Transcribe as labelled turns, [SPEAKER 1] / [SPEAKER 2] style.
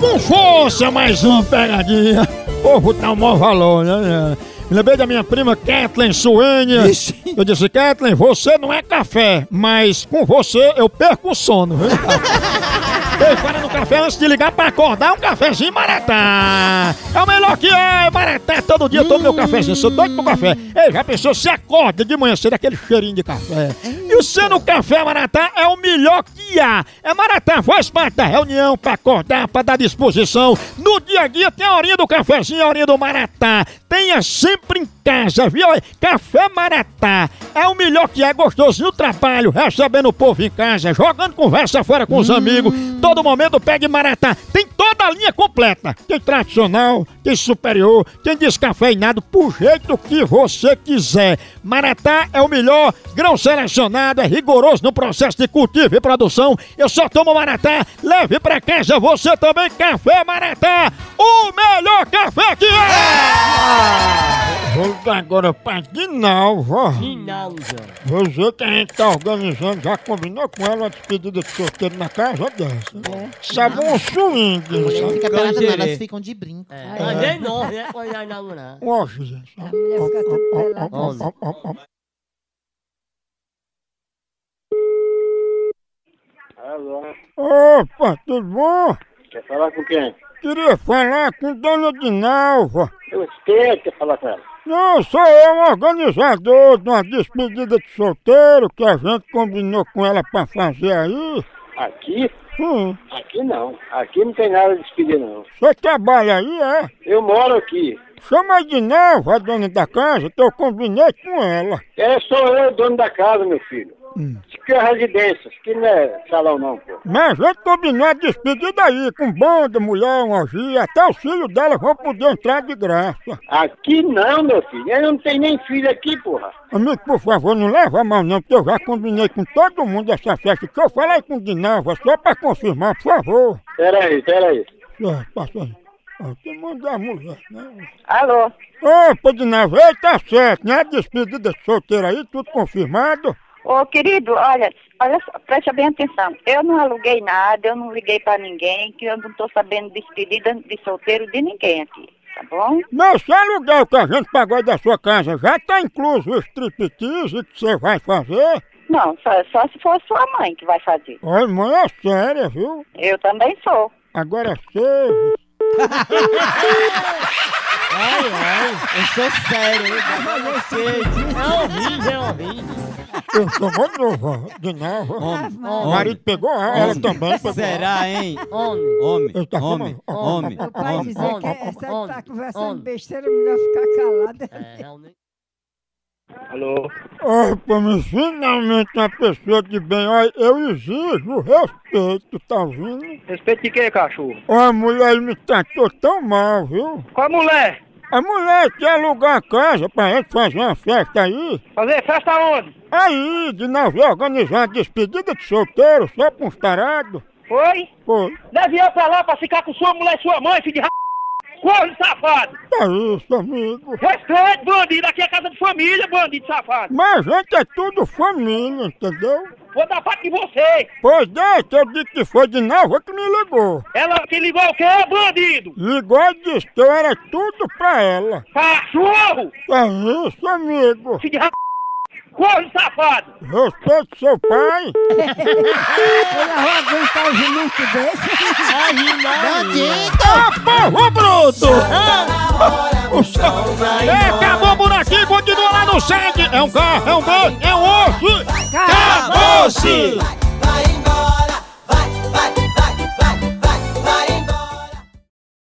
[SPEAKER 1] com força, mais um pegadinha. O povo tá um maior valor, né? Me lembrei da minha prima Kathleen Suênia.
[SPEAKER 2] Ixi.
[SPEAKER 1] Eu disse, Kathleen, você não é café, mas com você eu perco o sono. viu? Ei, para no café antes de ligar pra acordar, um cafezinho Maratá. É o melhor que é, Maratá. Todo dia eu tomo meu cafezinho, sou doido pro café. Ei, já pensou, você acorda de manhã cedo, aquele cheirinho de café. E o sendo café Maratá é o melhor que há. É Maratá, faz parte da reunião pra acordar, pra dar disposição. No dia a dia tem a horinha do cafezinho, a horinha do Maratá. Tenha sempre em casa, viu? Café Maratá é o melhor que é, gostosinho o trabalho, recebendo o povo em casa, jogando conversa fora com os amigos. Todo momento pegue Maratá. Tem toda a linha completa. Tem tradicional, tem superior, tem descafeinado, pro jeito que você quiser. Maratá é o melhor, grão selecionado, é rigoroso no processo de cultivo e produção. Eu só tomo Maratá, leve pra casa você também, Café Maratá, o melhor café que é! Vou dar agora pra Dinalva. Você que a gente tá organizando, já combinou com ela a despedida de solteiro na casa dessa. Sabe um swing,
[SPEAKER 3] Não
[SPEAKER 1] sabe?
[SPEAKER 3] fica pelada
[SPEAKER 2] Canjerê.
[SPEAKER 3] nada, elas ficam de brinco.
[SPEAKER 4] Mas é nós, né? Pois vai namorar.
[SPEAKER 1] Um off, sabe?
[SPEAKER 4] Onze.
[SPEAKER 5] Alô,
[SPEAKER 1] Opa, tudo bom?
[SPEAKER 5] quer falar com quem?
[SPEAKER 1] Queria falar com Dona Dinalva.
[SPEAKER 5] Eu sei que quer falar com ela.
[SPEAKER 1] Não, sou eu, um organizador de uma despedida de solteiro que a gente combinou com ela pra fazer aí.
[SPEAKER 5] Aqui?
[SPEAKER 1] Hum,
[SPEAKER 5] Aqui não. Aqui não tem nada de despedir, não.
[SPEAKER 1] você trabalha aí, é?
[SPEAKER 5] Eu moro aqui.
[SPEAKER 1] Chama a Dinalva, a dona da casa, que eu combinei com ela.
[SPEAKER 5] É só eu, o dono da casa, meu filho.
[SPEAKER 1] Hum.
[SPEAKER 5] Isso aqui é residência, isso aqui não é salão, não, pô.
[SPEAKER 1] Mas a gente combinou a despedida aí, com banda, mulher, uma orgia, até os filhos dela vão poder entrar de graça.
[SPEAKER 5] Aqui não, meu filho. Eu não tenho nem filho aqui, porra.
[SPEAKER 1] Amigo, por favor, não leva mal não, porque eu já combinei com todo mundo essa festa, que eu falei com Dinalva, só pra confirmar, por favor.
[SPEAKER 5] Pera aí, pera aí.
[SPEAKER 1] É, passa aí. Ah, Tem que mandar a mulher, né?
[SPEAKER 5] Alô?
[SPEAKER 1] Opa, Dinalva, ei, tá certo, né? Despedida de solteiro aí, tudo confirmado.
[SPEAKER 6] Ô, querido, olha, olha, só, preste bem atenção. Eu não aluguei nada, eu não liguei pra ninguém, que eu não tô sabendo despedida de solteiro de ninguém aqui, tá bom?
[SPEAKER 1] Não, se aluguel que a gente pagou aí da sua casa, já tá incluso o striptease que você vai fazer?
[SPEAKER 6] Não, só, só se for sua mãe que vai fazer.
[SPEAKER 1] Olha, mãe, é séria, viu?
[SPEAKER 6] Eu também sou.
[SPEAKER 1] Agora é seja.
[SPEAKER 2] Ai, ai, eu sou sério, eu não sei disso.
[SPEAKER 4] É horrível, é horrível.
[SPEAKER 1] Eu sou muito novo, de novo.
[SPEAKER 2] Homem,
[SPEAKER 1] O marido
[SPEAKER 2] homem.
[SPEAKER 1] pegou ela, ela também pegou.
[SPEAKER 2] Será, hein?
[SPEAKER 4] Homem.
[SPEAKER 2] Homem,
[SPEAKER 1] Eu tá
[SPEAKER 2] homem,
[SPEAKER 1] com-
[SPEAKER 2] homem,
[SPEAKER 7] Não pode
[SPEAKER 2] homem.
[SPEAKER 7] dizer que
[SPEAKER 4] Homem,
[SPEAKER 7] é, se ela
[SPEAKER 4] homem,
[SPEAKER 7] tá conversando
[SPEAKER 4] homem.
[SPEAKER 7] besteira, melhor ficar calada.
[SPEAKER 4] É, realmente.
[SPEAKER 5] Alô?
[SPEAKER 1] Opa, mas finalmente uma pessoa de bem, olha, eu exijo respeito, tá ouvindo?
[SPEAKER 5] Respeito de quem, cachorro?
[SPEAKER 1] Ó, a mulher me tratou tão mal, viu?
[SPEAKER 5] Com a mulher.
[SPEAKER 1] A mulher quer alugar a casa pra gente fazer uma festa aí.
[SPEAKER 5] Fazer festa onde?
[SPEAKER 1] Aí, de navio organizar uma despedida de solteiro só pra uns parados.
[SPEAKER 5] Foi?
[SPEAKER 1] Pô,
[SPEAKER 5] Deve ir pra lá pra ficar com sua mulher e sua mãe, filho de ra... Corno safado!
[SPEAKER 1] tá isso, amigo.
[SPEAKER 5] Respeito, bandido! Aqui é casa de família, bandido safado!
[SPEAKER 1] Mas a gente é tudo família, entendeu?
[SPEAKER 5] Vou dar parte de você!
[SPEAKER 1] Pois deixa, eu digo que foi de navio que me ligou.
[SPEAKER 5] Ela te ligou o quê, bandido?
[SPEAKER 1] Ligou e disse que eu era tudo pra ela.
[SPEAKER 5] Cachorro!
[SPEAKER 1] É isso, amigo.
[SPEAKER 5] Filho de ra... Corno safado!
[SPEAKER 1] Respeite seu pai.
[SPEAKER 7] Ela vai aguentar o jumento desse.
[SPEAKER 1] Ah, porra, bruto! É. O sol vai Acabou por aqui, continua lá no site. É um carro, é um banco, é um osso. Acabou-se!